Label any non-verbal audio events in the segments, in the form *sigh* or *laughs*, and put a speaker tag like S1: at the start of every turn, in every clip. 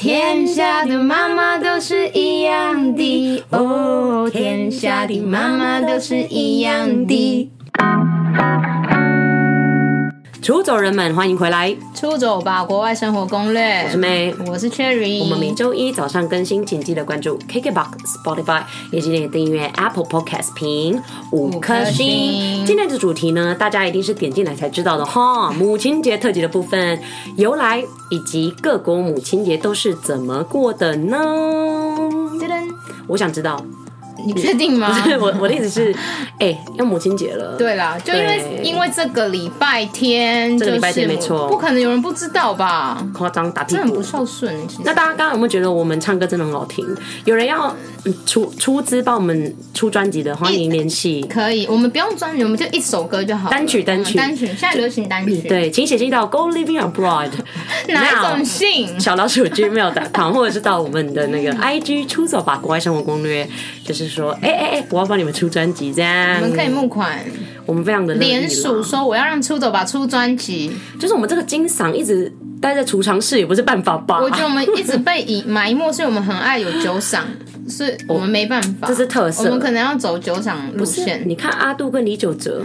S1: 天下的妈妈都是一样的哦，天下的妈妈都是一样的。
S2: 出走人们，欢迎回来！
S1: 出走吧，国外生活攻略。
S2: 我是 May
S1: 我是 Cherry。
S2: 我们每周一早上更新，请记得关注 KKBox、Spotify，也记得订阅 Apple Podcast 评五颗
S1: 颗
S2: 星
S1: 星。
S2: 今天的主题呢，大家一定是点进来才知道的哈。母亲节特辑的部分由来，以及各国母亲节都是怎么过的呢？
S1: 噔噔
S2: 我想知道，
S1: 你确定
S2: *laughs*
S1: 吗？ *laughs*
S2: 我我的意思是，哎、要母亲节了，
S1: 对啦，就因为
S2: 对
S1: 因为这个礼拜天，
S2: 这个礼拜天
S1: 就是
S2: 没错
S1: 不可能有人不知道吧？
S2: 夸张打屁
S1: 真的很
S2: 股
S1: 不。孝顺，其实
S2: 那大家刚刚有没有觉得我们唱歌真的很好听？有人要嗯出出资帮我们出专辑的，欢迎联系。
S1: 可以，我们不用专辑，我们就一首歌就好了，
S2: 单曲单曲
S1: 嗯单曲，现在流行单曲，，
S2: 对，请写信到 Go Living
S1: *laughs*
S2: Abroad
S1: 哪一种
S2: now
S1: 姓？
S2: 小老鼠 gmail.com，或者是到我们的那个 IG 出走吧国外生活攻略，就是说，哎哎哎，我要帮你们出专辑这样。
S1: 我们可以募款，
S2: 我们非常的乐意啦
S1: 联署说我要让出走吧出专辑，
S2: 就是我们这个金嗓一直待在储藏室也不是办法吧？
S1: 我觉得我们一直被以埋没，是因为我们很爱有酒嗓，是我们没办法，
S2: 这是特色嗯
S1: 我们可能要走酒嗓路线。
S2: 你看阿杜跟李玖哲，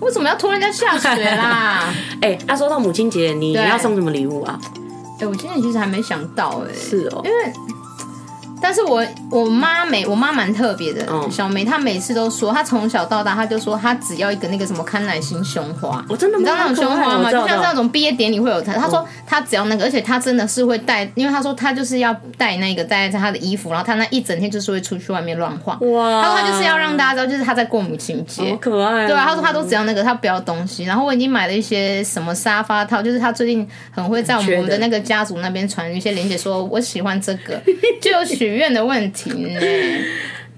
S1: 为什么要拖人家下水
S2: *laughs*
S1: 啦？
S2: 哎，那、说到母亲节，你
S1: 对
S2: 要送什么礼物啊？
S1: 哎、我今天其实还没想到哎、
S2: 是哦，
S1: 但是我我妈每我妈蛮特别的，
S2: 嗯
S1: 小梅她每次都说，她从小到大她就说她只要一个那个什么康乃馨胸花，
S2: 我真的
S1: 你知
S2: 吗？
S1: 道那种胸花
S2: 我
S1: 吗？
S2: 知
S1: 就
S2: 道
S1: 像
S2: 的
S1: 那种毕业典礼会有她，她
S2: 嗯
S1: 说她只要那个，而且她真的是会戴，因为她说她就是要戴那个戴在她的衣服，然后她那一整天就是会出去外面乱晃。
S2: 哇，
S1: 她说她就是要让大家知道，就是她在过母亲节
S2: 好。可哦爱、
S1: 对啊，她说她都只要那个，她不要东西。然后我已经买了一些什么沙发套，就是她最近很会在我
S2: 缺
S1: 们
S2: 的
S1: 我们的那个家族那边传一些链接，说我喜欢这
S2: *laughs*
S1: 个，就有许愿的问题呢。
S2: 嗯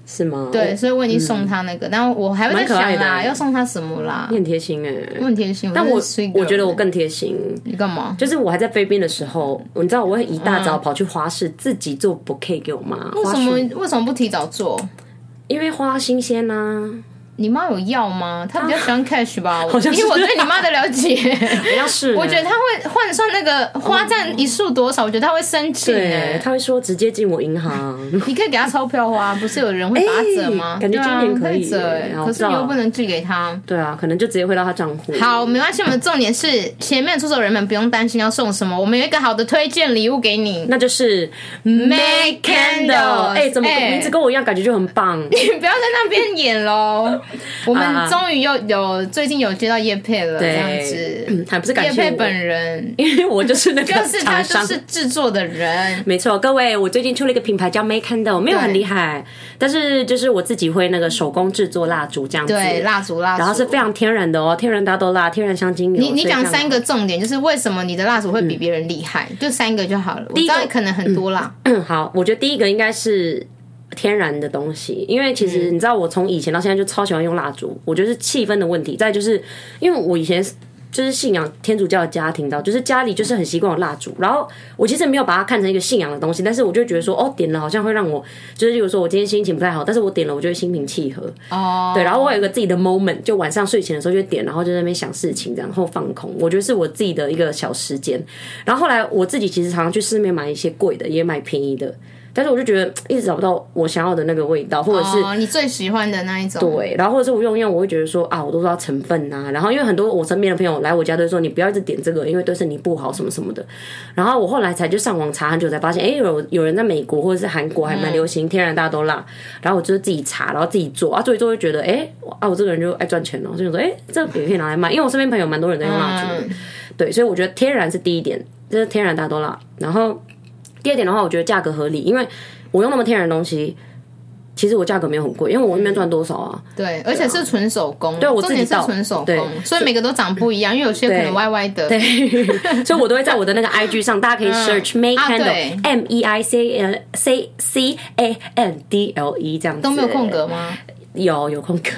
S2: 是吗？
S1: 对，所以我已经送她那个，然后我还会再
S2: 蛮
S1: 想
S2: 可爱
S1: 啦，
S2: 的
S1: 要送她什么啦
S2: 你？很贴心哎、
S1: 问天心，
S2: 但我
S1: 真嗯是 sweet girl
S2: 我觉得我更贴心，
S1: 你干嘛？
S2: 就是我还在菲律宾的时候，你知道我会一大早跑去花市自己做 bouquet 给我妈，
S1: 嗯为
S2: 花
S1: 什
S2: 束
S1: 么为什么不提早做？
S2: 因为花新鲜啊呐、
S1: 你妈有要吗？她比较喜欢 cash 吧？我
S2: 啊像是
S1: 以我对你妈的了
S2: *laughs*
S1: 解，
S2: 人家是、
S1: 我觉得她会换算那个花占一束多少，我觉得她会生气
S2: 哦对，
S1: 呢。
S2: 他会说直接进我银行， *laughs*
S1: 你可以给她钞票花，啊不是有人会把它折吗？
S2: 哎感觉今年可
S1: 对啊
S2: 以
S1: 折哎
S2: 好
S1: 可是你
S2: 照
S1: 又不能寄给她。
S2: 对啊，可能就直接汇到他账户。
S1: 好，没关系，我们重点是前面出手人们不用担心要送什么，我们有一个好的推荐礼物给你。
S2: 那就是
S1: Make candles
S2: 哎、怎么
S1: 哎
S2: 名字跟我一样，感觉就很棒。
S1: 你 *laughs* 不要在那边演
S2: *laughs*
S1: 喽！我
S2: 啊
S1: 们终于又有最近有接到叶佩了，这样子。
S2: *clears throat* 嗯还不是感
S1: 叶
S2: 谢
S1: 佩
S2: 我
S1: 本人
S2: 因为我就
S1: *laughs*
S2: 是那个
S1: 就是他
S2: 厂
S1: 就
S2: 商。
S1: 是制作的人，
S2: 没错，各位，我最近出了一个品牌叫 Make Candle，没有很厉害，但是就是我自己会那个手工制作蜡烛这样子。
S1: 对蜡烛蜡烛。
S2: 然后是非常天然的哦，天然大豆蜡、天然香精油。
S1: 你你
S2: 所以
S1: 讲
S2: 这样
S1: 三个重点，就是为什么你的蜡烛会比别人厉害，就三个就好了。我知
S2: 嗯一个
S1: 道可能很多啦，
S2: 嗯 *clears throat* 好，我觉得第一个应该是天然的东西，因为其实你知道，我从以前到现在就超喜欢用蜡烛，我觉得是气氛的问题。再就是因为我以前就是信仰天主教的家庭，到就是家里就是很习惯有蜡烛，然后我其实没有把它看成一个信仰的东西，但是我就觉得说，哦，点了好像会让我就是，例如说我今天心情不太好，但是我点了，我就会心平气和。
S1: 哦，
S2: 对，然后我有一个自己的 moment，就晚上睡前的时候就点，然后就在那边想事情，然后放空。我觉得是我自己的一个小时间。然后后来我自己其实常常去市面买一些贵的，也买便宜的，但是我就觉得嗯一直找不到我想要的那个味道，或者是。
S1: 哦，你最喜欢的那一种，
S2: 对，然后或者是我用一用，我会觉得说啊，我都知道成分呐、然后因为很多我身边的朋友来我家都会说，你不要一直点这个，因为对身体不好什么什么的。然后我后来才就上网查很久，才发现，哎，有有人在美国或者是韩国还蛮流行天然大豆蜡。然后我就自己查，然后自己做啊，做一做就觉得，哎，我啊，我这个人就爱赚钱了，我就想说，哎，这个也可以拿来卖，因为我身边朋友蛮多人在用蜡烛的，
S1: 嗯
S2: 对，所以我觉得天然是第一点，这是天然大豆蜡。然后第二点的话，我觉得价格合理，因为我用那么天然的东西。其实我价格没有很贵，因为我那边赚多少啊？
S1: 对，而且是纯手工，对
S2: 我
S1: 重
S2: 自己
S1: 点是
S2: 倒
S1: 纯手工，
S2: 对
S1: 所以每个都长不一样，因为有些可能
S2: 对
S1: 歪歪的，
S2: *laughs* 所以我都会在我的那个 IG 上，大家可以 search May
S1: 啊
S2: Candle、
S1: 对
S2: M E I C L C C A N D L E 这样子
S1: 都没有空格
S2: *laughs*
S1: 吗？
S2: 有有空格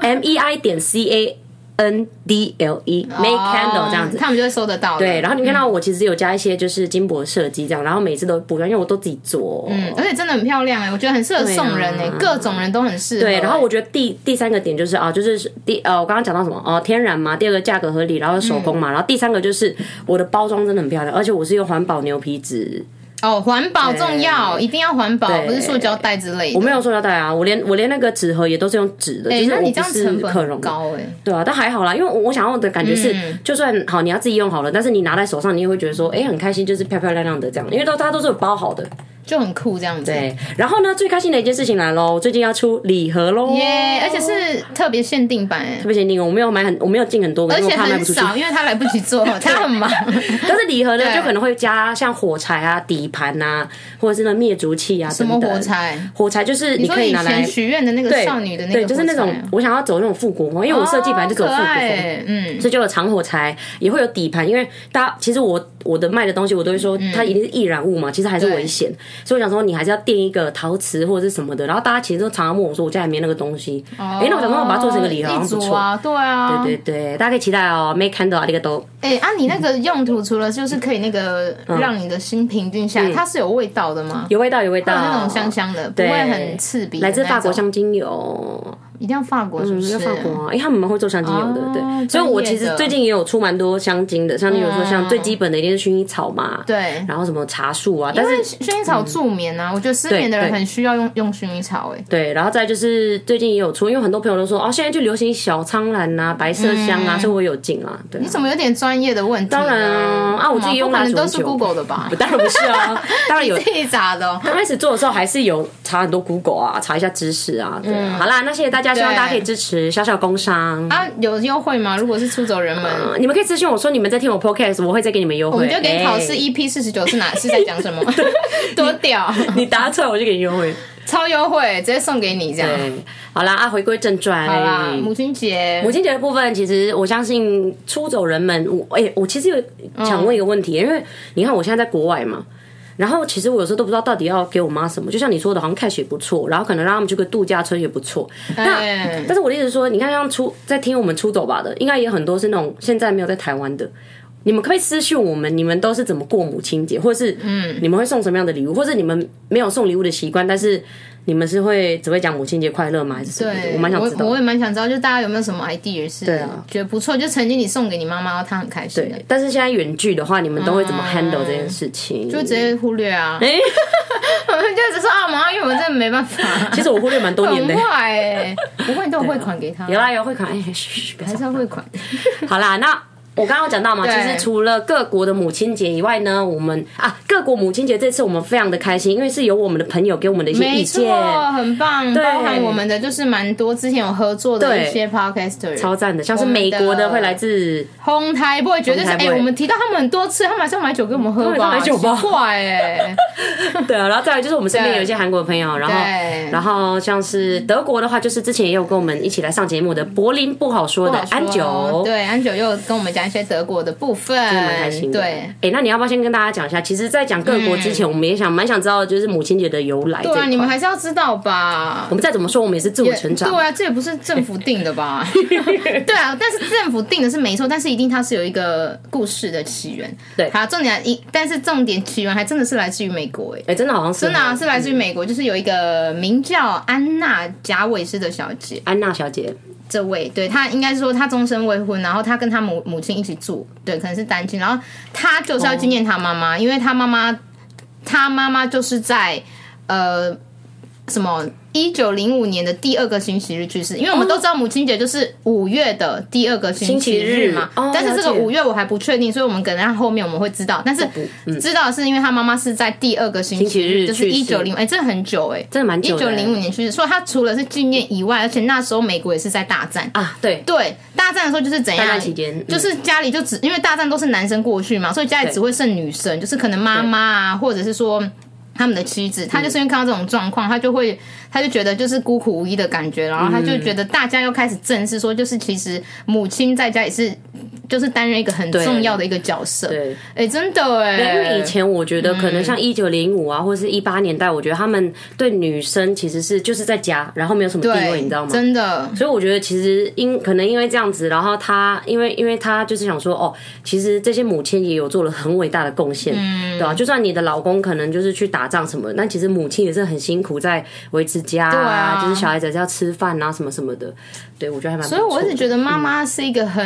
S2: M E I 点 C A N D L E
S1: 哦
S2: May Candle 这样子
S1: 哦。他们就会收得到的。
S2: 对，然后你看到我其实有加一些就是金箔设计这样，然后每次都补上，因为我都自己做。
S1: 嗯，而且真的很漂亮哎、我觉得很适合送人哎、
S2: 对啊
S1: 各种人都很适合、欸
S2: 对，然后我觉得第第三个点就是啊，就是第呃，我刚刚讲到什么哦，天然嘛，第二个价格合
S1: 嗯
S2: 理，然后手工嘛，然后第三个就是我的包装真的很漂亮，而且我是用环保牛皮纸
S1: 哦，环保重要，一定要环保，不是塑胶袋之类的。
S2: 我没有塑料袋啊，我连我连那个纸盒也都是用纸的，
S1: 哎、
S2: 就是
S1: 那
S2: 我
S1: 你这
S2: 不
S1: 样
S2: 是
S1: 成本
S2: 可溶
S1: 很
S2: 的。
S1: 高哎、嗯
S2: 对啊，但还好啦，因为我我想要的感觉是，就算好你要自己用好了，但是你拿在手上，你也会觉得说，哎、很开心，就是漂漂亮亮的这样，因为都它都是有包好的。
S1: 就很酷这样子。
S2: 对，然后呢，最开心的一件事情来喽，最近要出礼盒喽，
S1: 耶、而且是特别限定版哎、
S2: 特别限定，我没有买很，我没有进很多个，
S1: 而
S2: 因为
S1: 且
S2: 我怕卖不
S1: 很
S2: 出去。
S1: 少，因为他来不及
S2: *laughs*
S1: 做，他很忙。
S2: 但是礼盒呢，
S1: 对
S2: 就可能会加像火柴啊、底盘啊，或者是那灭竹器啊
S1: 什么
S2: 等等
S1: 火？柴？
S2: 火柴就是你
S1: 你说
S2: 可以
S1: 以
S2: 拿
S1: 前
S2: 来。
S1: 许愿的那个
S2: 对
S1: 少女的那个
S2: 对，就是那
S1: 火
S2: 种
S1: 柴啊
S2: 我想要走那种复古风，因为我设计本来就走复古
S1: 哦可爱
S2: 风，
S1: 欸嗯，
S2: 所以就有长火柴，也会有底盘，因为大家其实我我的卖的东西，我都会说它一定是易燃
S1: 嗯
S2: 物嘛，其实还是危险，所以我想说你还是要垫一个陶瓷或者是什么的，然后大家其实都常常问我说我家里没那个东西，哎、那我想说我把它做成一个礼盒，
S1: 哦
S2: 好
S1: 一
S2: 像不
S1: 组
S2: 错，
S1: 啊，对啊，
S2: 对对，大家可以期待哦，Make Candle 啊，这个都
S1: 哎、啊，你那个
S2: 嗯
S1: 用途除了就是可以那个让你的心平静下来，它是有味道的吗？
S2: 嗯有味道有味道，
S1: 有那种香香的，不
S2: 对，
S1: 会很刺鼻的那
S2: 来
S1: 种。
S2: 自法国香精油，
S1: 一定要法国是不是？
S2: 在法国啊，因为他们蛮会做香精油的，
S1: 哦
S2: 对，所以我其实
S1: 专业的嗯
S2: 最近也有出蛮多香精的，像例如说像最基本的一定是薰衣草嘛，
S1: 对。
S2: 然后什么茶树啊，但
S1: 因为
S2: 是
S1: 薰衣草助眠啊，我觉得失眠的人
S2: 对
S1: 很需要用用薰衣草、欸。
S2: 对，然后再就是最近也有出，因为很多朋友都说哦，现在就流行小苍兰呐、白麝香啊，所以我有进啊，对
S1: 嗯
S2: 啊
S1: 你怎么有点专业的问题呢？当
S2: 然啊啊我自己用
S1: 可
S2: 蜡
S1: 能
S2: 烛
S1: 都是
S2: 很久
S1: Google 的吧
S2: 不？当然不是
S1: *laughs*
S2: 啊，当然有。
S1: 自己咋的哦？
S2: 刚开始做的时候还是有查很多 Google 啊，查一下知识啊，
S1: 嗯
S2: 对啊。好啦，那谢谢大家，希望大家可以支持小小工商。
S1: 啊，有优惠吗？如果是出走人们，
S2: 嗯你们可以私信我说你们在听我 podcast，我会再给你们优
S1: 哦
S2: 惠。
S1: 我们就给你考试
S2: 哎
S1: EP 四十九是
S2: *laughs*
S1: 哪是在讲什么？ *laughs* 多屌，
S2: 你答出来我就给你优惠。
S1: 超优惠，直接送给你这样。
S2: 对，好啦，啊，回归正传。
S1: 好
S2: 哎
S1: 啦，母亲节
S2: 母亲节的部分，其实我相信出走人们，我哎、我其实有想问一个问题，因为你看我现在在国外嘛，然后其实我有时候都不知道到底要给我妈什么，就像你说的，好像 cash 也不错，然后可能让他们去个度假村也不错。那、
S1: 哎
S2: 但是我的意思是说，你看像出在听我们出走吧的，应该也很多是那种现在没有在台湾的。你们可不可以私讯我们？你们都是怎么过母亲节，或是嗯，你们会送什么样的礼物，或者你们没有送礼物的习惯，但是你们是会只会讲母亲节快乐吗？还是什么的？
S1: 对，
S2: 我蛮想知道的
S1: 我我也蛮想知道，就大家有没有什么 idea 是
S2: 啊
S1: 觉得不错？就曾经你送给你妈妈，她很开心的
S2: 对，，但是现在远距的话，你们都会怎么 handle 这件事情？就
S1: 啊就直接忽略啊。
S2: 哎，
S1: *laughs* 我们就只说啊，妈，因为我真的没办
S2: *laughs*
S1: 法，
S2: 其实我忽略蛮多年
S1: 很
S2: 的。
S1: 坏哎，不会，你都有汇款给
S2: *laughs*
S1: 她，
S2: 有啦有汇款，哎，嘘嘘，别
S1: 还
S2: 吵
S1: 是要汇款。 *laughs*
S2: 好啦，那。我刚刚有讲到嘛，其
S1: 对
S2: 实除了各国的母亲节以外呢，我们啊，各国母亲节这次我们非常的开心，因为是有我们的朋友给我们的一些
S1: 没
S2: 意
S1: 错
S2: 见，，
S1: 很棒，包含我们的就是蛮多之前有合作的
S2: 对
S1: 一些 podcaster。
S2: 超赞的，像是美国
S1: 我们
S2: 的
S1: 的
S2: 会来自
S1: 红台 boy 绝对是
S2: 红台
S1: 哎、
S2: boy 嗯
S1: 我们提到他们很多次，他们还是要买酒给我们喝
S2: 他们
S1: 吧？
S2: 还是要买酒吧
S1: 奇怪哎、
S2: 对啊，然后再来就是我们身边有一些韩国的朋友，然后
S1: 对
S2: 然后像是德国的话，就是之前也有跟我们一起来上节目的柏林不好说
S1: 不
S2: 的
S1: *laughs* 好说啊
S2: 安九，
S1: 对安九又跟我们讲一些德国的部分，
S2: 蛮开心的。
S1: 对。
S2: 哎、那你要不要先跟大家讲一下？其实，在讲各国之前，我们也想蛮想知道，就是母亲节的由来这一
S1: 对啊，
S2: 块。
S1: 你们还是要知道吧
S2: 我。们再怎么说，我们也是自我成长。
S1: 对啊，这也不是政府定的吧？
S2: *laughs*
S1: 对啊，但是政府定的是没错，但是一定它是有一个故事的起源。
S2: 对
S1: 好，重点一，但是重点起源还真的是来自于美国哎、
S2: 哎、真的好像是哦
S1: 真的、啊、是来自于美国，就是有一个名叫安娜贾韦斯的小姐，
S2: 安娜小姐，
S1: 这位对她应该是说她终身未婚，然后她跟她母母亲一起住，对，可能是单亲，然后她就是要纪念她妈妈，因为她妈妈，她妈妈就是在呃什么一九零五年的第二个星期日去世，因为我们都知道母亲节就是五月的第二个星期日嘛，
S2: 星期日哦
S1: 但是这个
S2: 了解
S1: 五月我还不确定，所以我们可能后面我们会知道，但是知道是因为她妈妈是在第二个星
S2: 嗯期
S1: 期
S2: 日
S1: 就是
S2: 去
S1: 一
S2: 世
S1: 九零哎，这很久哎、
S2: 真的蛮
S1: 一
S2: 久的
S1: 九
S2: 欸
S1: 零五年去世，所以她除了是纪念以外，而且那时候美国也是在大战
S2: 啊，对，
S1: 对，大战的时候就是怎样？
S2: 大战期间
S1: 就
S2: 嗯
S1: 是家里就只因为大战都是男生过去嘛，所以家里只会剩女生，就是可能妈妈啊，或者是说。他们的妻子，她就是因为看到这种状况，她就会，她就觉得就是孤苦无依的感觉，然后她就觉得大家又开始正视说，就是其实母亲在家也是，就是担任一个很重要的一个角色。
S2: 对，
S1: 哎、真的哎、
S2: 因为以前我觉得可能像一九零五啊，或者是一八年代，我觉得他们对女生其实是就是在家，然后没有什么地位，
S1: 对，
S2: 你知道吗？
S1: 真的，
S2: 所以我觉得其实因可能因为这样子，然后他因为因为他就是想说哦，其实这些母亲也有做了很伟大的贡献，
S1: 嗯
S2: 对啊吧、就算你的老公可能就是去打仗什么，但其实母亲也是很辛苦在维持家
S1: 对啊
S2: 就是小孩子要吃饭啊什么什么的。对，我觉得还蛮不错
S1: 所
S2: 的。
S1: 以我一直觉
S2: 得
S1: 得妈妈是一个很、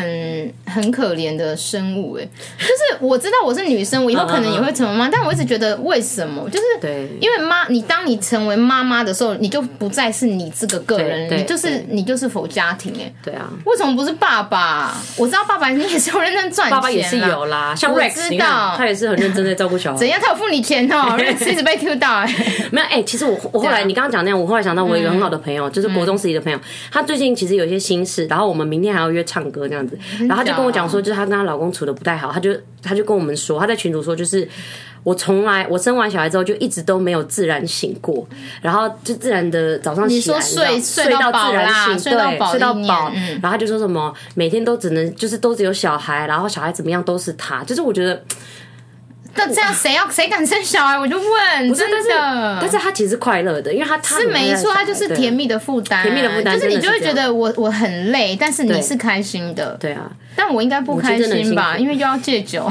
S1: 很可怜的生物、欸，哎，就是我知道我是女生，我以后可能也会成为妈妈，但我一直觉得为什么，就是
S2: 嗯对
S1: 因为妈，你当你成为妈妈的时候，你就不再是你这个个人，
S2: 对对
S1: 你就是
S2: 对
S1: 你就是否家庭、欸，哎，
S2: 对啊，
S1: 为什么不是爸爸？我知道爸爸你 *laughs* 也是有认真赚钱啦，
S2: 爸爸也是有啦，像
S1: 我
S2: Rex，
S1: 知
S2: 你
S1: 道
S2: 看他也是很认真在照顾
S1: *laughs*
S2: 小
S1: 怎
S2: 孩。
S1: 样？他有付你钱
S2: *laughs*
S1: 哦、认识一直被 Q 到、欸， *laughs*
S2: 没有哎、其实我我后来你刚刚讲那样，我后来想到我有一个很好的朋友，
S1: 嗯
S2: 就是国中时期的朋友，她最近其实有一些心事，然后我们明天还要约唱歌这样子，然后她就跟我讲说，就是她跟她老公处的不太好，她就她就跟我们说，她在群主说就是。我从来，我生完小孩之后就一直都没有自然醒过，然后就自然的早上起
S1: 说
S2: 来，你知道
S1: 睡
S2: 睡
S1: 睡到
S2: 到
S1: 饱
S2: 自然
S1: 啦
S2: 醒，
S1: 睡到
S2: 对
S1: 饱
S2: 睡到
S1: 的一
S2: 饱
S1: 年嗯，
S2: 然后他就说什么每天都只能就是都只有小孩，然后小孩怎么样都是他，就是我觉得
S1: 嗯但这样谁要谁敢生小孩？我就问，真
S2: 但是
S1: 的，
S2: 但是他其实快乐的，因为他他
S1: 是没错，它就是甜
S2: 蜜。
S1: 蜜的负担，
S2: 甜蜜的负担
S1: 就是你
S2: 真的是
S1: 就会
S2: 这
S1: 觉
S2: 样
S1: 得我我很累，但是你是开心的，
S2: 对啊，
S1: 但我应该不开
S2: 真的很
S1: 心吧，
S2: 辛苦
S1: 因为又要戒
S2: *laughs*
S1: 酒，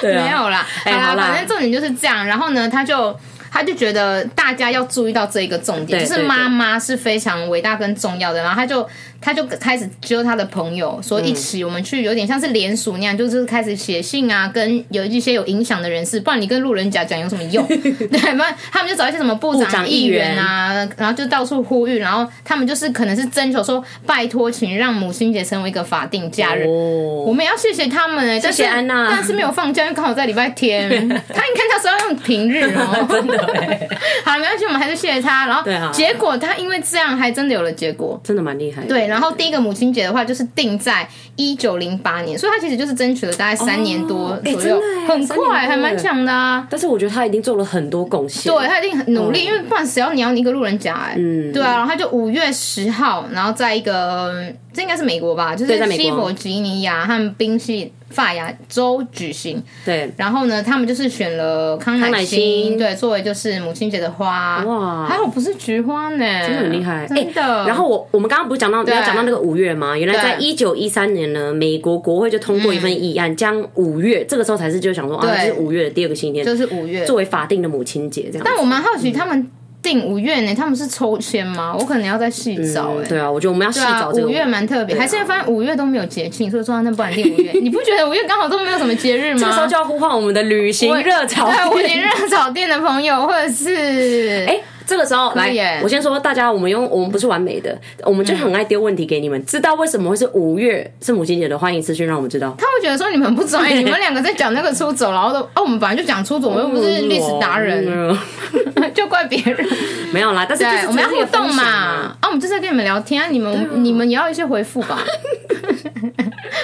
S2: 对啊
S1: 没有啦，好
S2: 哎
S1: 啦，
S2: 好啦
S1: 反正重点就是这样。然后呢，他就。他就觉得大家要注意到这一个重点，
S2: 对
S1: 就是
S2: 对对
S1: 妈妈是非常伟大跟重要的。然后他就他就开始揪他的朋友说，一起我们去有点像是联署那样，就是开始写信啊，跟有一些有影响的人士，不然你跟路人甲讲有什么用？
S2: *laughs*
S1: 对，不然他们就找一些什么部
S2: 部
S1: 长、
S2: 长
S1: 议
S2: 议
S1: 员
S2: 员
S1: 啊，然后就到处呼吁，然后他们就是可能是征求说，拜托，请让母亲节成为一个法定假日。我
S2: 哦，
S1: 们也要谢谢他们哎、欸，谢
S2: 谢安娜
S1: 但是没有放假，因为刚好在礼拜
S2: *laughs*
S1: 天。他你看他说要用平日哦、
S2: 真的欸，
S1: *laughs* 好了，没关系，我们还是谢谢他。然后
S2: 对啊
S1: 结果他因为这样，还真的有了结果。
S2: 真的蛮厉害的。
S1: 对，然后第一个母亲节的话，就是定在一九零八年，所以他其实就是争取了大概三年多
S2: 哦哎
S1: 左右，
S2: 真的欸
S1: 很
S2: 三年多
S1: 快，还蛮强的啊。
S2: 但是我觉得他一定做了很多贡献。
S1: 对，他一定很努
S2: 嗯
S1: 力，因为不然谁要鸟你一个路人甲哎、嗯，对啊，然后他就五月十号，然后在一个嗯这应该是美国吧，就是
S2: 对在美
S1: 西
S2: 国
S1: 弗吉尼亚和宾夕法尼亚州举行。
S2: 对，
S1: 然后呢，他们就是选了康乃
S2: 乃馨
S1: 对，作为就是母亲节的花。
S2: 哇
S1: 还好不是菊花呢，真
S2: 真的很厉害。
S1: 真的。
S2: 欸然后我我们刚刚不是讲到你要讲到那个五月吗？原来在
S1: 对
S2: 一九一三年呢，美国国会就通过一份议案，将五月这个时候才是就想说啊，
S1: 对
S2: 这是五月的第二个星期天，
S1: 就是五月
S2: 作，为法定的母亲节这样子。
S1: 但我蛮好奇他们定五月呢，他们是抽签吗？我可能要再细找哎、
S2: 嗯对啊，我觉得我们要细
S1: 对啊，
S2: 找这个
S1: 五月蛮特别，还
S2: 啊
S1: 是因为发现五月都没有节庆，所以说那不然定五月。你不觉得五月刚好都没有什么节日吗？
S2: 这个时候就要呼唤我们的旅行热潮。
S1: 对，我连热炒店的朋友，或者是
S2: *laughs* 哎、这个时候
S1: 以耶嗯
S2: 来，我先说大家，我们用我们不是完美的，我们就很爱丢问题给你们。知道为什么会是五月是母亲节的，欢迎私讯让我们知道。
S1: 他会觉得说你们不专
S2: *laughs*
S1: 业，你们两个在讲那个出走，然后都哦，我们本来就讲出走，我又不
S2: 哦
S1: 是历史达人，
S2: 嗯，
S1: *laughs* 就怪别人。
S2: *laughs* 没有啦，但是就
S1: 对，
S2: 是
S1: 我们要
S2: 这是一
S1: 互
S2: 个分
S1: 动嘛，
S2: 享
S1: 啊
S2: 啊。，
S1: 我们就是在跟你们聊天啊，你们你们也要一些回复
S2: *laughs*
S1: 吧。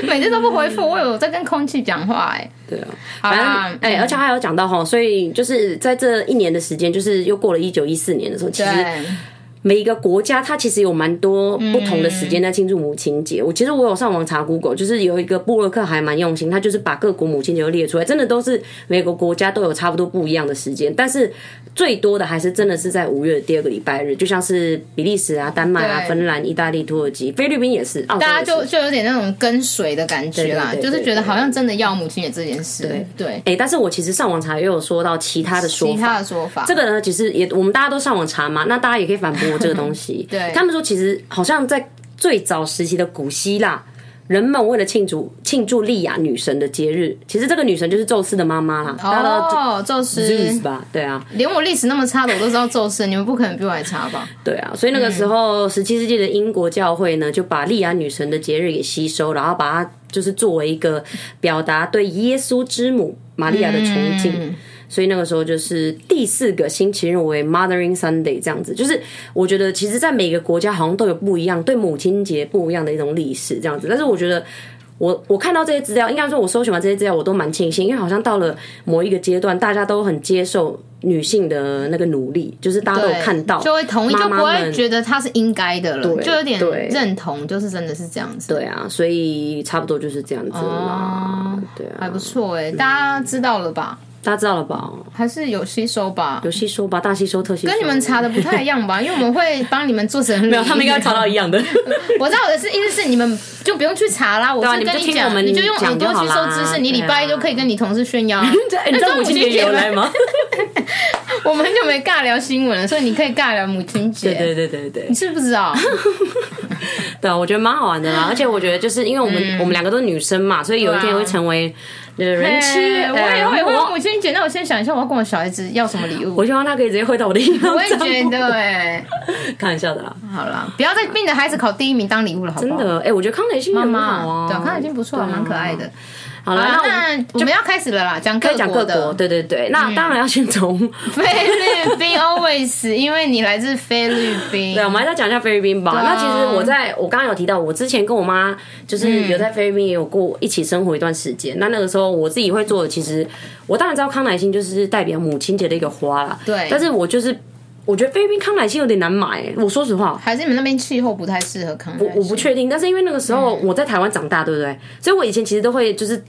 S1: 每次都不回复，我有在跟空气讲话哎。
S2: 对啊，
S1: 啦嗯
S2: 反正哎、而且还有讲到哈，所以就是在这一年的时间，就是又过了一九一四年的时候，其实
S1: 对，
S2: 每一个国家它其实有蛮多不同的时间在庆祝母亲节。我其实我有上网查 Google，就是有一个布洛克还蛮用心，他就是把各国母亲节都列出来，真的都是每个国家都有差不多不一样的时间，但是最多的还是真的是在五月的第二个礼拜日，就像是比利时啊、丹麦啊、
S1: 对
S2: 芬兰、意大利、土耳其、菲律宾也是，澳洲
S1: 大家
S2: 也是
S1: 就就有点那种跟随的感觉啦，
S2: 对对
S1: 就
S2: 对
S1: 是觉得好像真的要母亲节这件事。
S2: 对
S1: 对，
S2: 哎、但是我其实上网查也有说到其他的说
S1: 其
S2: 法
S1: 他，的说法，
S2: 这个呢，其实也我们大家都上网查嘛，那大家也可以反驳我这个东西。
S1: *laughs* 对
S2: 他们说其实好像在最早时期的古希腊，人们为了庆祝庆祝利亚女神的节日，其实这个女神就是宙斯的妈妈啦，大家都
S1: 哦，宙斯
S2: Zeus 吧？对啊，
S1: 连我历史那么差的，我都知道宙斯，你们不可能比我还差吧？
S2: 对啊，所以那个时
S1: 嗯
S2: 候十七世纪的英国教会呢，就把利亚女神的节日给吸收，然后把它就是作为一个表达对耶稣之母玛利亚的崇敬。
S1: 嗯
S2: 所以那个时候就是第四个星期日为 Mothering Sunday 这样子，就是我觉得其实，在每个国家好像都有不一样对母亲节不一样的一种历史这样子，但是我觉得我我看到这些资料，应该说我搜寻完这些资料，我都蛮庆幸，因为好像到了某一个阶段，大家都很接受女性的那个努力，就是大家都有
S1: 对
S2: 看到，
S1: 就会同意，就
S2: 妈妈
S1: 不会
S2: 们
S1: 觉得他是应该的了，
S2: 对
S1: 就有点
S2: 对
S1: 认同，就是真的是这样子。
S2: 对啊，所以差不多就是这样子啦。
S1: 哦
S2: 对啊，
S1: 还不错哎、大家知道了吧？
S2: 大家知道了吧？
S1: 还是有吸收吧？
S2: 有吸收吧，大吸收特吸收。
S1: 跟你们查的不太一样吧？因为我们会帮你们做成啊没
S2: *laughs* 没有，他们应该查到一
S1: *laughs*
S2: 样的。
S1: 我知道我的是意思是你们就不用去查啦，我
S2: 啊
S1: 是
S2: 你们
S1: 跟
S2: 就听
S1: 讲，
S2: 我们
S1: 你就用耳
S2: 讲就
S1: 朵
S2: 好
S1: 吸收知
S2: 啦
S1: 识，你礼
S2: 对啊
S1: 拜一就可以跟你同事炫耀
S2: *laughs*
S1: 啊。
S2: 哎你知
S1: 那
S2: 道
S1: 母
S2: 母
S1: 亲
S2: 亲
S1: 节
S2: 节由
S1: *laughs*
S2: 来吗？
S1: 我们很久没尬聊新闻了，所以你可以尬聊母亲节。
S2: 对对对对对
S1: 啊
S2: *laughs*
S1: 你。是不是不知道？
S2: 对啊，我觉得蛮好玩的啦。而且我觉得就是因为我们、
S1: 嗯
S2: 我们两个都是女生嘛，所以有一天
S1: 对啊
S2: 会成为呃人妻。
S1: 哎我以后也会
S2: 呃
S1: 有母亲节，那我先想一下，我要跟我小孩子要什么礼物。
S2: 我希望他可以直接回到我的银行
S1: 我也
S2: 账户
S1: 觉得，哎，
S2: 开玩笑的啦，
S1: 好了，不要再逼你的孩子考第一名当礼物了，好不
S2: 真
S1: 好？
S2: 的。哎、我觉得康乃馨很
S1: 妈
S2: 好
S1: 妈，
S2: 啊，
S1: 对，康乃馨不错啊，蛮可爱的。
S2: 好
S1: 好
S2: 了，
S1: 啦
S2: 那我们
S1: 那我们要开始了啦，讲各
S2: 讲
S1: 国
S2: 各国，
S1: 的。嗯
S2: 对对对。那当然要先从，
S1: 菲律宾 always，因为你来自菲律宾
S2: 对，，我们还是要讲一下菲律宾吧。
S1: 啊
S2: 那其实我在我刚刚有提到，我之前跟我妈
S1: 嗯
S2: 就是有在菲律宾也有过一起生活一段时间。那那个时候我自己会做的，其实我当然知道康乃馨就是代表母亲节的一个花啦，
S1: 对
S2: 但是我就是我觉得菲律宾康乃馨有点难买、我说实话。
S1: 还是你们那边气候不太适合康乃馨？
S2: 我不确定，但是因为那个时候我在台湾长大，对不
S1: 嗯
S2: 对？所以我以前其实都会就是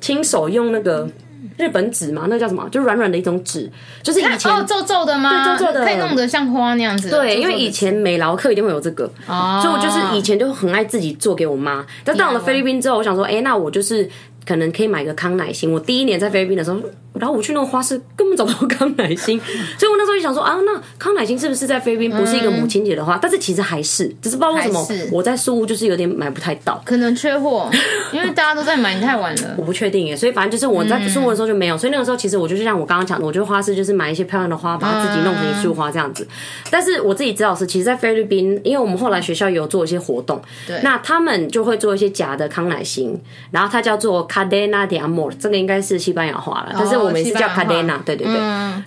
S2: 亲手用那个日本纸嘛，那个叫什么？就软软的一种纸，就是以前、
S1: 哦，皱皱的吗？
S2: 对皱皱的
S1: 可以弄得像花那样子。
S2: 对，因为以前美劳课一定会有这个，
S1: 哦，
S2: 所以我就是以前就很爱自己做给我妈。但到了菲律宾之后，我想说，哎、那我就是。可能可以买个康乃馨。我第一年在菲律宾的时候，然后我去那个花市根本找不到康乃
S1: *laughs*
S2: 馨，所以我那时候就想说啊，那康乃馨是不是在菲律宾不是一个母亲节的花？但是其实还是，只是不知道为什么
S1: 嗯还是
S2: 我在宿屋就是有点买不太到。
S1: 可能缺
S2: *laughs*
S1: 货，因为大家都在买，你太晚了
S2: 我。不确定耶，所以反正就是我在出国的时候就没有，所以那个时候其实我就是像我刚刚讲的，我就花市就是买一些漂亮的花，把它自己弄成一束花这样子。
S1: 嗯
S2: 但是我自己知道是，其实，在菲律宾，因为我们后来学校有做一些活动，对，那他们就会做一些假的康乃馨，然后它叫做 Cadena de Amor，这个应该是西班牙话了，但是我们是
S1: 哦西班牙
S2: 叫
S1: 话嗯
S2: Cadena，对对对。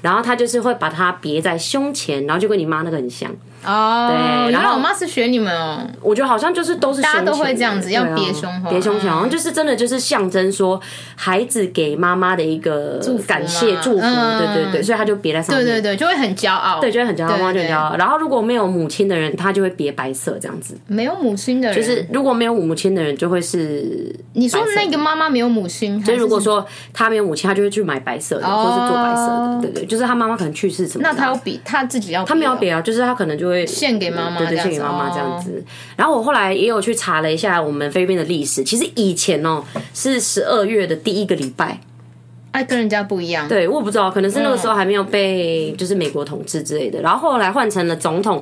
S2: 然后它就是会把它别在胸前，然后就跟你妈那个很像，
S1: 哦，
S2: 对然
S1: 原
S2: 后
S1: 来我妈是学你们哦。
S2: 我觉得好像就是都是
S1: 大家
S2: 胸
S1: 都
S2: 前
S1: 会
S2: 的
S1: 这样子要
S2: 对啊
S1: 别嗯胸花
S2: 别胸前，好像就是真的就是象征说孩子给妈妈的一个
S1: 福
S2: 感谢
S1: 嘛
S2: 祝福，
S1: 嗯
S2: 对对对，所以他就别在上面，
S1: 对对对，就会很骄傲。对
S2: 对，就会很骄傲，妈妈就很骄傲。然后如果没有母亲的人，他就会别白色这样子，
S1: 没有母亲的人，
S2: 就是如果没有母亲的人，就会是
S1: 你说那个妈妈没有母亲，就
S2: 如果说他没有母亲，他就会去买白色的，或是做白色的，对对，就是他妈妈可能去世什么的啊，
S1: 哦那他要比他自己要，他
S2: 他们要别啊，就是他可能就会
S1: 献给妈妈
S2: 对
S1: 这
S2: 对，
S1: 样
S2: 献
S1: 子
S2: 给妈妈这样
S1: 哦
S2: 子。然后我后来也有去查了一下我们菲律宾的历史，其实以前哦是十二月的第一个礼拜，
S1: 爱啊跟人家不一样。对，
S2: 对，我也不知道，可能是那个时
S1: 嗯
S2: 候还没有被就是美国统治之类的。然后后来换成了总统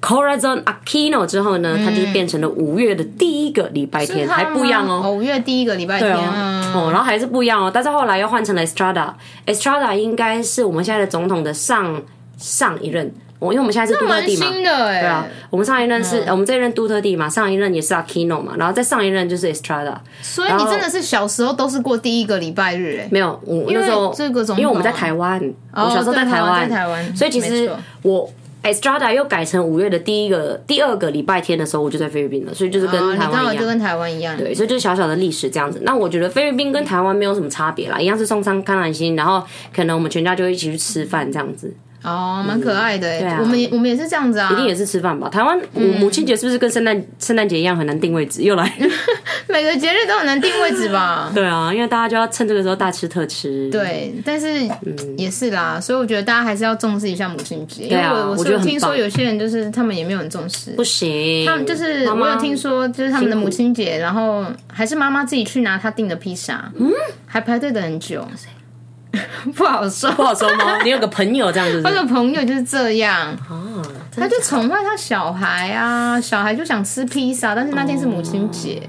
S2: Corazon Aquino 之后呢，他
S1: 嗯
S2: 就是变成了五月的第一个礼拜天，还不一样哦。
S1: 啊五月第一个礼拜天啊，
S2: 哦，然后还是不一样哦，但是后来又换成了 Estrada，Estrada 应该是我们现在的总统的上上一任，哦我因为我们现在是杜特
S1: 蛮
S2: 地嘛，
S1: 新的哎。对嗯
S2: 啊，我们上一任是、我们这一任杜特地嘛，上一任也是 Aquino 嘛，然后再上一任就是 Estrada，
S1: 所以你真的是小时候都是过第一个礼拜日哎。
S2: 没有，我那时候
S1: 这个总统啊哦
S2: 因为我们在台湾，我小时候在
S1: 对
S2: 台湾，
S1: 在台湾
S2: 所以其
S1: 没
S2: 实
S1: 错
S2: 我 Estrada 又改成五月的第一个第二个礼拜天的时候，我就在菲律宾了，所以就是
S1: 哦
S2: 跟
S1: 你
S2: 台
S1: 刚好
S2: 湾一
S1: 就
S2: 样。
S1: 跟台湾一样，
S2: 对，所以就是小小的历史这样子。那我觉得菲律
S1: 嗯
S2: 宾跟台湾没有什么差别啦，一样是送上康乃馨，然后可能我们全家就会一起去吃饭这样子，
S1: 哦，蛮可爱的哎。
S2: 啊
S1: 我们也我们也是这样子啊，嗯
S2: 一定也是吃饭吧。台湾母母亲节是不是跟圣诞圣诞节一样很难定位置？又来，？
S1: 每个节日都很难定位置吧
S2: *laughs* 对啊，因为大家就要趁这个时候大吃特吃。
S1: 对，但是也是啦，所以我觉得大家还是要重视一下母亲节，因为
S2: 嗯啊
S1: 我是
S2: 我觉得
S1: 有
S2: 很
S1: 听说
S2: 棒
S1: 有些人就是他们也没有很重视，
S2: 不行，他们
S1: 就是我有听说，就是他们的母亲节，然后还是妈妈自己去拿她订的披萨，嗯，还排队等很久， *laughs* 不好说。
S2: 不好说吗？ *laughs* 你有个朋友这样子是
S1: *laughs*
S2: 不
S1: 我
S2: 是
S1: 有朋友就是这样，
S2: 啊，
S1: 他就宠坏他小孩啊，小孩就想吃披萨，但是那天是母亲节，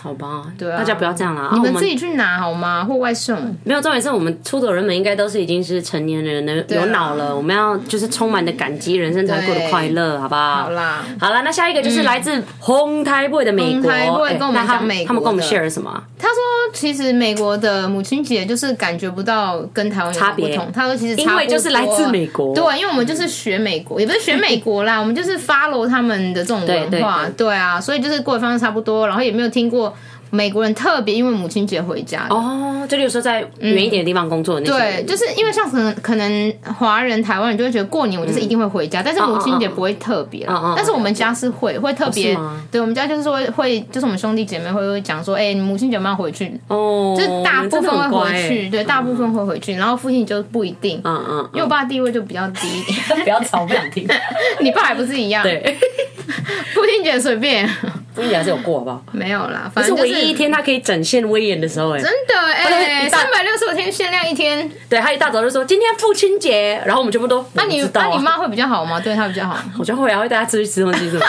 S2: 好吧，
S1: 对啊
S2: 大家不要这样啦。啊
S1: 你
S2: 我
S1: 们自
S2: 们
S1: 己去拿好吗？或外送？
S2: 没有重点是我们出走人们应该都是已经是成年人了，有
S1: 啊
S2: 脑了，我们要就是充满的感激，人生才会过得快乐，好不好？
S1: 好啦，
S2: 好啦，那下一个就是来自红台 boy 的美国，
S1: 红台 boy
S2: 哎
S1: 跟我们
S2: 那他
S1: 讲美国的
S2: 他们跟我们 share 什么啊？
S1: 他说其实美国的母亲节就是感觉不到跟台湾有什么不
S2: 差
S1: 同
S2: 别，
S1: 他说其实差不
S2: 因
S1: 多
S2: 为就是来自美国，
S1: 对，因为我们就是学美国，也不是学美国啦，我们就是 follow 他们的这种文化，
S2: 对对
S1: 啊，所以就是过的方式差不多，然后也没有听过美国人特别因为母亲节回家的。
S2: 哦，就例如说在远一点的地方工作的那些
S1: 对，
S2: 人，
S1: 就是因为像可能可能华人、台湾人就会觉得过年我就是一定会回家，但是母亲节不会特别啦
S2: 嗯嗯嗯嗯
S1: 但是我们家是会会特别
S2: 哦是吗，
S1: 对我们家就是会会就是我们兄弟姐妹会会讲说，哎，你母亲节有没有要回去？
S2: 哦，
S1: 就是大部分会回
S2: 你们真的很乖
S1: 去，
S2: 哎
S1: 对，大部分会回去，然后父亲就不一定，因
S2: 嗯嗯
S1: 为
S2: 嗯，
S1: 我爸地位就比较低一点， *laughs*
S2: 不要吵，不想听。
S1: 你爸还不是一样？
S2: 对，
S1: 父亲节随便， *laughs*
S2: 夫妻俩是有过好不好？
S1: 没有啦，反
S2: 是
S1: 正就
S2: 唯
S1: 是
S2: 一一天他可以展现威严的时候、哎，
S1: 真的哎，
S2: 一大
S1: 三百六十五天限量一天，
S2: 对他一大早就说今天父亲节，然后我们全部都
S1: 那
S2: 那
S1: 你
S2: 知道、
S1: 那
S2: 啊
S1: 你妈会比较好吗？对她比较好，
S2: 我就会啊，会带他出去吃东
S1: *laughs*
S2: 西什么。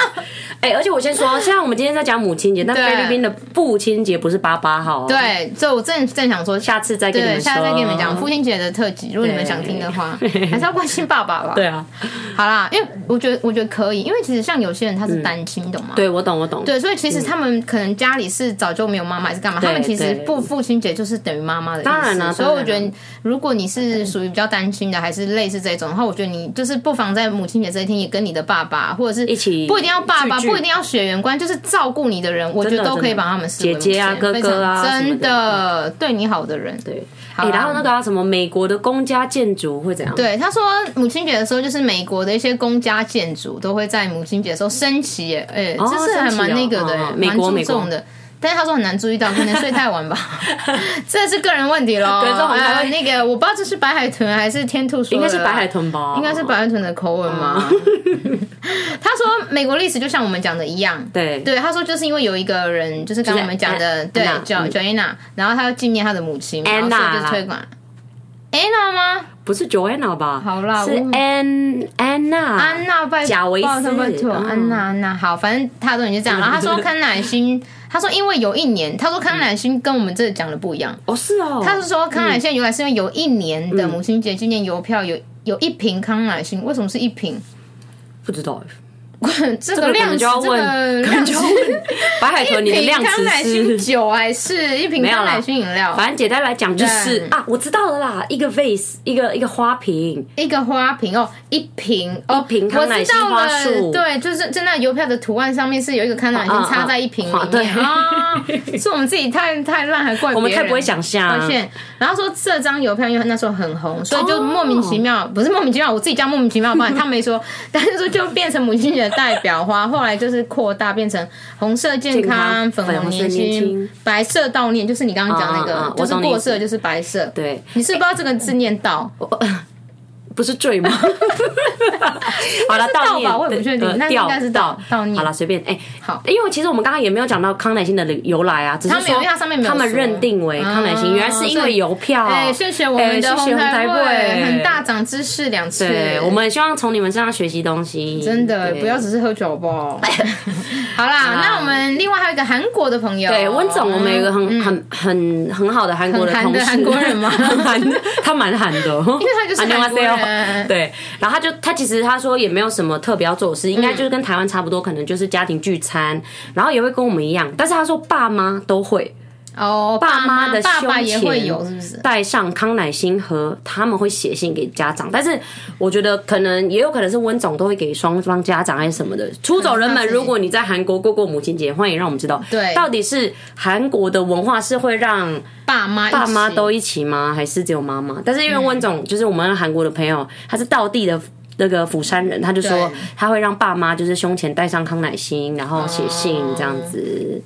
S2: 哎、而且我先说，虽然我们今天在讲母亲节，但
S1: 对
S2: 菲律宾的父亲节不是八八号、哦，，
S1: 对，所以我正正想说。
S2: 下次再跟你
S1: 对，
S2: 们说，啊
S1: 下次再跟你们讲父亲节的特辑，如果你们想听的话，
S2: *laughs*
S1: 还是要关心爸爸吧。
S2: 对，啊，
S1: 好啦，因为我觉得我觉得可以，因为其实像有些人他是单亲，懂吗？
S2: 对我懂，我懂，
S1: 对，所以其实他们可能家里是早就没有妈妈还是干嘛，他们其实
S2: 对
S1: 不父亲节就是等于妈妈的意思。
S2: 当然啦
S1: 所以我
S2: 当
S1: 觉
S2: 然啦
S1: 得如果你是属于比较单亲的，还是类似这种的话，我觉得你就是不妨在母亲节这一天也跟你的爸爸或者是
S2: 一起
S1: 不一定要爸爸，
S2: 聚聚
S1: 不一定要血缘关，就是照顾你的人，我觉
S2: 真
S1: 得
S2: 的
S1: 都可以
S2: 真的
S1: 把他们视为
S2: 姐姐啊
S1: 母亲非
S2: 哥哥啊
S1: 常
S2: 什么
S1: 真
S2: 的
S1: 的对你好的人。
S2: 对。
S1: 好啦
S2: 哎然后那个啊、什么美国的公家建筑会怎样？
S1: 对，他说母亲节的时候，就是美国的一些公家建筑都会在母亲节的时候升旗耶，哎、
S2: 哦
S1: 这是还蛮那个的耶
S2: 升旗哦哦，美
S1: 蛮、
S2: 国
S1: 注重的。但是他说很难注意到，可能睡太晚
S2: *laughs*
S1: 吧，这是个人问题喽。
S2: 对这我们才
S1: 哎
S2: 会
S1: 那个我不知道这是白海豚还是天兔说的
S2: 应
S1: 啦，
S2: 该是白海豚吧？哦
S1: 应该是白海豚的口吻吗？ *laughs* 他说美国历史就像我们讲的一样，
S2: 对
S1: 对，他说就是因为有一个人，就是刚刚我们讲的，
S2: 就
S1: 对
S2: 是 Anna，
S1: 叫
S2: 嗯
S1: Joanna，然后他要纪念他的母亲，然后所
S2: Anna
S1: 以就
S2: 啦
S1: 推广 Anna 吗？
S2: 不是 Joanna 吧？
S1: 好啦
S2: 是
S1: 我
S2: An Anna
S1: 安娜拜
S2: 贾维斯
S1: 拜托拜托
S2: 嗯
S1: 安娜安娜好，反正他都已经这样。然后他说康乃馨，他说因为有一年，他说康
S2: 嗯
S1: 乃馨跟我们这里讲的不一样。
S2: 哦，是哦，
S1: 他是说康乃馨由来是因为有一年
S2: 嗯
S1: 的母亲节纪念邮票有有一瓶康乃馨，为什么是一瓶？ *laughs*
S2: 不知道，哎
S1: 这
S2: 这个
S1: 个
S2: 可
S1: 量
S2: 能
S1: 词，
S2: 就要
S1: 这个
S2: 问，可
S1: 量
S2: 能
S1: 词
S2: 就要，问白海豚你的
S1: 一瓶
S2: 量
S1: 康
S2: 词
S1: 乃馨
S2: 是。
S1: 酒还是一瓶
S2: 没有啦
S1: 康乃馨饮料？
S2: 反正简单来讲就是
S1: 对
S2: 啊，我知道了啦，一个 vase，一个一个花瓶，
S1: 一个花瓶哦，一瓶哦，
S2: 一瓶
S1: 我
S2: 康乃
S1: 知
S2: 馨
S1: 道
S2: 花
S1: 了
S2: 束，
S1: 对，就是在那邮票的图案上面是有一个康乃馨
S2: 啊啊
S1: 插在一瓶
S2: 啊
S1: 里面啊，
S2: *laughs*
S1: 是我们自己太太烂，还怪
S2: 我们
S1: 别人
S2: 太不会想啊象
S1: 抱。歉。然后说这张邮票因为那时候很红，所以就莫名其妙，
S2: 哦
S1: 不是莫名其妙，我自己叫莫名其妙，不然他 *laughs* 没说，但是说就变成母亲节的代表花，后来就是扩大变成红色健
S2: 健康
S1: 粉
S2: 粉
S1: 红
S2: 红色
S1: 年
S2: 年
S1: 轻
S2: 轻、
S1: 白色悼念，就是你刚刚讲那
S2: 啊啊
S1: 个，
S2: 啊我
S1: 就是
S2: 懂你
S1: 过
S2: 意思
S1: 色就是白色。
S2: 对，
S1: 你是不知道这个字念悼，
S2: 不是
S1: *laughs*
S2: 坠吗？好了，悼
S1: 悼吧
S2: 念，
S1: 我也不确定
S2: 对
S1: 那
S2: 吊
S1: 应该是悼悼念
S2: 好了，随便。哎，
S1: 好
S2: 因为其实我们刚刚也没有讲到康乃馨的由来啊，只是
S1: 他们有
S2: 说
S1: 因为它上面没有
S2: 他们
S1: 说
S2: 认定为康乃馨，
S1: 啊
S2: 原来是因
S1: 所
S2: 为
S1: 以
S2: 邮票。
S1: 哎，谢谢我们
S2: 哎
S1: 的
S2: 谢谢
S1: 红
S2: 红台
S1: 台
S2: 会
S1: 会，很大涨知识两次。
S2: 对，我们也希望从你们身上学习东西。
S1: 真的
S2: 对
S1: 不要只是喝酒吧。
S2: *laughs*
S1: 好啦，那我们另外还有一个韩国的朋友，嗯
S2: 对，温总，我们有一个很很很很好的韩国的
S1: 哦很韩
S2: 同
S1: 的
S2: 事，
S1: 韩国人吗
S2: 很 *laughs* 韩，他蛮韩的，因
S1: 为
S2: *laughs*
S1: 他就是韩国人
S2: 对，然后他就他其实他说也没有什么特别要做的
S1: 嗯
S2: 事，应该就是跟台湾差不多，可能就是家庭聚餐，然后也会跟我们一样，但是他说爸妈都会
S1: 哦，
S2: 爸
S1: 妈
S2: 妈的
S1: 爸爸也
S2: 胸前
S1: 会有，是不是？
S2: 带上康乃馨盒，他们会写信给家长，但是我觉得可能也有可能是温总都会给双方家长还是什么的。出走人
S1: 可能
S2: 们，
S1: 嗯是他自己
S2: 如果你在韩国过过母亲节，欢迎让我们知道，
S1: 对
S2: 到底是韩国的文化是会让
S1: 爸妈
S2: 爸妈都
S1: 一起
S2: 一起吗？还是只有妈妈？但是因为温
S1: 嗯
S2: 总、就是我们韩国的朋友，他是道地的。那个釜山人，他就说
S1: 对
S2: 他会让爸妈就是胸前带上康乃馨，然后写信
S1: 哦
S2: 这样子，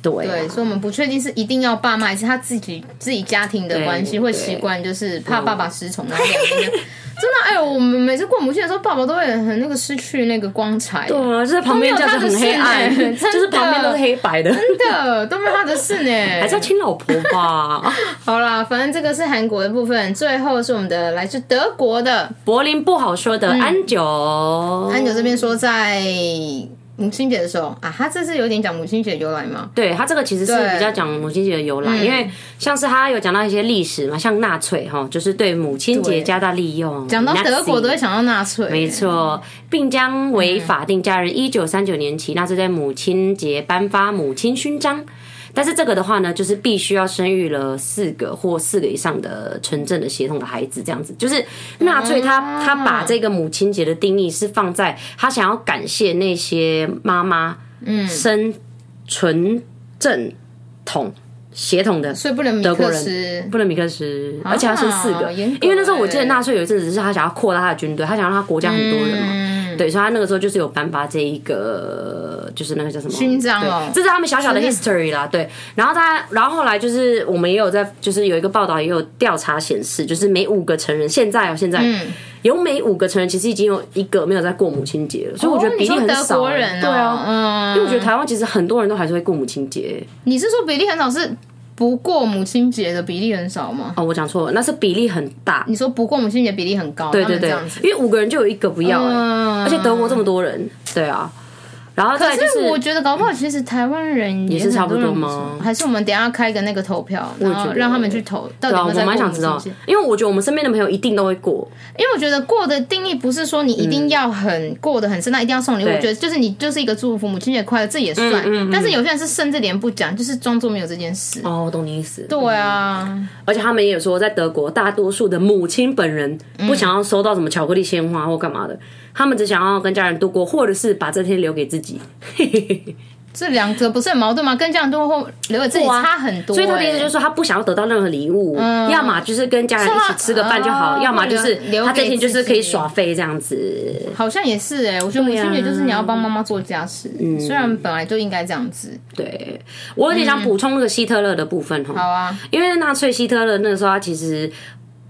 S2: 对啊
S1: 对，所以我们不确定是一定要爸妈，还是他自己自己家庭的关系
S2: 对
S1: 会习惯，就是怕爸爸失宠，然后两个人真的，哎呦，我们每次过母亲的时候，爸爸都会很那个失去那个光彩，
S2: 对啊，就是旁边这样子很黑暗，
S1: 都没有他的线欸
S2: *laughs* 就是旁边都是黑白的，
S1: 真的都没有他的事呢，
S2: 还是要亲老婆
S1: *laughs*
S2: 吧。
S1: 好啦，反正这个是韩国的部分，最后是我们的来自德国的
S2: 柏林不好说的安久，
S1: 嗯安久这边说，在母亲节的时候啊，他这次有点讲母亲节由来嘛，
S2: 对他这个其实是
S1: 对
S2: 比较讲母亲节的由来，因为像是他有讲到一些历史嘛，像纳粹哈，就是对母亲节
S1: 对
S2: 加大利用。
S1: 讲到德国
S2: Nazi
S1: 都会想到纳粹，
S2: 没错，并将为法定假日。一九三九年起，纳粹在母亲节颁发母亲勋章。但是这个的话呢，就是必须要生育了四个或四个以上的纯正的血统的孩子，这样子。就是纳粹他、他把这个母亲节的定义是放在他想要感谢那些妈妈，嗯，生纯正统血统的
S1: 所以不能米
S2: 德国
S1: 克
S2: 人
S1: 斯。
S2: 不能米克斯，而且要生四个，
S1: 啊严格
S2: 因为那时候我记得
S1: 欸
S2: 纳粹有一阵子是他想要扩大他的军队，他想让他国家很多人嘛，
S1: 嗯
S2: 对，所以他那个时候就是有颁发这一个，就是那个叫什么
S1: 勋章哦
S2: 对这是他们小小的 history 啦，对。然后他，然后后来就是
S1: 嗯
S2: 我们也有在，就是有一个报道也有调查显示，就是每五个成人，现在哦，现在。有每五个成人其实已经有一个没有在过母亲节了，所以我觉得比例很
S1: 哦德
S2: 少、
S1: 国
S2: 欸
S1: 人、哦
S2: 对啊，
S1: 啊，嗯，
S2: 因为我觉得台湾其实很多人都还是会过母亲节、欸
S1: 你是说比例很少是不过母亲节的比例很少吗？
S2: 哦，我讲错了，那是比例很大。
S1: 你说不过母亲节比例很高，对
S2: 对对对
S1: 这样子，。
S2: 因为五个人就有一个不要、欸
S1: 嗯
S2: 而且德国这么多人，对啊。然后再来就
S1: 可是我
S2: 是，
S1: 觉得搞不好其实台湾人也
S2: 也是差不多
S1: 很多人
S2: 吗
S1: 不是还是我们等一下开个那个投票，然
S2: 觉
S1: 后
S2: 得
S1: 让他们去投，到底有
S2: 啊
S1: 没
S2: 我
S1: 有在过
S2: 蛮
S1: 母
S2: 想知
S1: 亲
S2: 道
S1: 节？，
S2: 因为我觉得我们身边的朋友一定都会过，
S1: 因为我觉得过的定义不是说你一定要很过得很盛大，一定要送
S2: 嗯
S1: 礼物。我觉得就是你就是一个祝福母亲节快乐，这也算。但是有些人是甚至连不讲，就是装作没有这件事。
S2: 哦，我懂你意思。
S1: 对啊，
S2: 而且他们也有说，在德国，大多数的母亲本人不想要收到什么巧克力、鲜花或干嘛的，他们只想要跟家人度过，或者是把这天留给自己。
S1: 这两个不是很矛盾吗？跟这样多或留给自己差很多、欸
S2: 啊所以他的意思就是
S1: 是。
S2: 说，他不想要得到任何礼物，要么就是跟家人一起吃个饭就好，
S1: 哦
S2: 要么嗯就是啊
S1: 留
S2: 他这天就是可以
S1: 留给自己
S2: 耍废这样子。
S1: 好像也是哎、我觉得母
S2: 啊
S1: 亲节就是你要帮妈妈做家事，虽然本来就应该这样子。
S2: 嗯对我有点想补充那个希特勒的部分哈。
S1: 好啊，
S2: 因为纳粹希特勒那个时候，他其实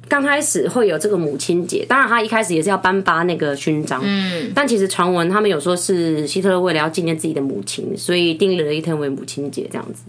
S2: 刚开始会有这个母亲节，当然他一开始也是要颁发那个勋章，嗯，但其实传闻他们有说是希特勒为了要纪念自己的母亲，所以订立了一天为母亲节这样子。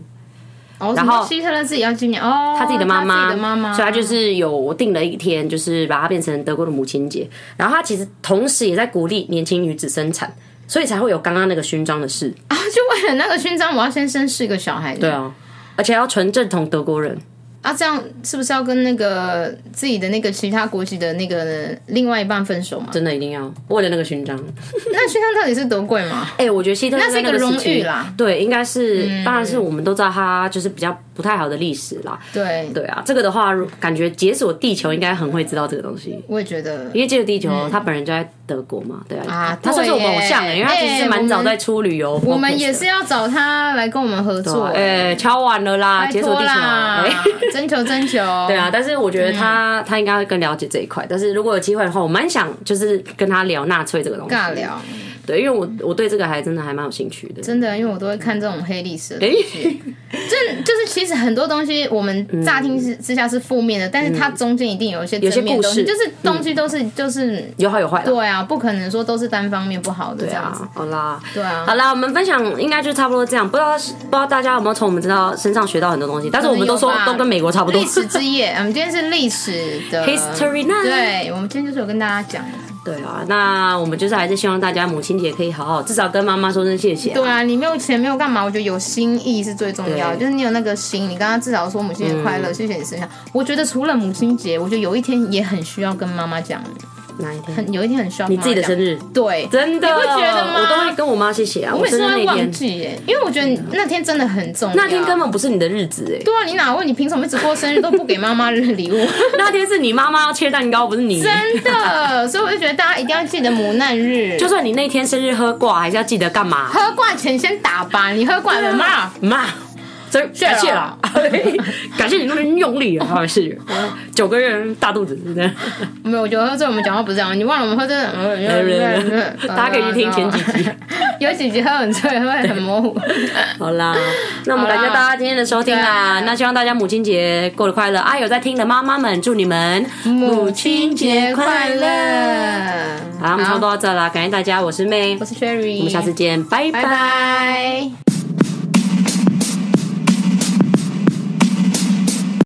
S1: 哦，
S2: 然后
S1: 什么希特勒自己要纪念哦，他
S2: 他自己的妈妈，
S1: 自己的妈妈，
S2: 所以他就是有定了一天，就是把它变成德国的母亲节。然后他其实同时也在鼓励年轻女子生产，所以才会有刚刚那个勋章的事。
S1: 啊，就为了那个勋章，我要先生四个小孩。
S2: 对啊，而且要纯正统德国人。
S1: 啊，这样是不是要跟那个自己的那个其他国籍的那个另外一半分手嘛？
S2: 真的一定要为了那个勋章，
S1: 那勋章到底是多贵嘛？
S2: 哎、我觉得希特勒
S1: 那是一
S2: 在
S1: 个
S2: 个
S1: 荣
S2: 时期
S1: 誉啦，嗯
S2: 对，应该是，当然是我们都知道他就是比较不太好的历史啦。
S1: 对，
S2: 对啊，这个的话，如感觉解锁地球应该很会知道这个东西，
S1: 我也觉得
S2: 因为解锁地球、他本人就在德国嘛，对
S1: 嗯啊
S2: 他算是我们偶像
S1: 对
S2: 哎、
S1: 耶
S2: 因为他其实
S1: 哎
S2: 蛮
S1: 我
S2: 早
S1: 们
S2: 在出旅游，
S1: 我们也是。要找他来跟我们合作，
S2: 哎、敲完了啦，解
S1: 拜
S2: 锁
S1: 托
S2: 地球啊，
S1: 啦嗯
S2: 哎、，
S1: *laughs* 征求征求，对
S2: 对啊，，但是我觉得他、他应该会更了解这一块。但是如果有机会的话，我蛮想就是跟他聊纳粹这个东西，
S1: 尬聊，
S2: 对，因为我我对这个还真的还蛮有兴趣的。
S1: 真的，因为我都会看这种黑历史的
S2: 哎
S1: 东西，这 *laughs* 就是其实很多东西我
S2: 嗯
S1: 们乍听之之下是负面的，但是它中间一定有一些
S2: 些
S1: 正面的东西，
S2: 故事嗯
S1: 就是东西都是就是。
S2: 有好有坏啦，
S1: 对啊，不可能说都是单方面不好的这
S2: 对
S1: 样子
S2: 啊。，好啦，
S1: 对啊，
S2: 好啦，我们分享应该就差不多这样，不知道是不知道大家有没有从我们这道身上学到很多东西，但是我们都说
S1: 可能有吧啊
S2: 都跟美
S1: *laughs*
S2: 国差不多。
S1: 历史之夜，嗯我们今天是历史的
S2: *laughs* History night
S1: 对，我们今天就是有跟大家讲。
S2: 对啊，那我们就是还是希望大家母亲节可以好好，至少跟妈妈说声谢谢啊。
S1: 对啊，你没有钱没有干嘛，我觉得有心意是最重要的。
S2: 对嗯
S1: 就是你有那个心，你刚刚至少说母亲节快乐，谢谢你分享。我觉得除了母亲节，我觉得有一天也很需要跟妈妈讲，
S2: 哪一天？
S1: 很有一天很需要
S2: 你自己的生
S1: 日。
S2: 日，
S1: 对，
S2: 真的，
S1: 你不觉得吗
S2: 我都会跟我妈谢谢啊。
S1: 我
S2: 我
S1: 每
S2: 生
S1: 次
S2: 日
S1: 都会
S2: 那
S1: 忘
S2: 天，
S1: 记耶，因为我觉得那天真的很重要。
S2: 那天根本不是你的日子哎、
S1: 对啊，你哪会？你凭什么一直过生日都不给妈妈的礼物？
S2: 那天是你妈妈要切蛋糕，不是你。
S1: 真的，所以我就觉得大家一定要记得母难日，
S2: 就算你那天生日喝挂，还是要记得干嘛？
S1: 喝挂前先打吧，你喝挂了骂。
S2: 啊妈，啊真
S1: 谢了
S2: 感谢 *laughs* 啦，感谢你那么用力啊，是九个月大肚子，真的
S1: 没有，我觉得喝醉我们讲话不是这样，你忘了我们喝醉，嗯
S2: 大家可以去听前几，集。
S1: 有几集喝很醉会很模糊。
S2: 好 *laughs* 啦，那我们
S1: 好啦
S2: 感谢大家今天的收听啦。
S1: 对
S2: 那希望大家母亲节过得快乐啊！有在听的妈妈们，祝你们
S1: 母亲节快乐！！
S2: 好，我们差不多到这啦，感谢大家，我是妹，
S1: 我是 Sherry，
S2: 我们下次见，
S1: 拜拜。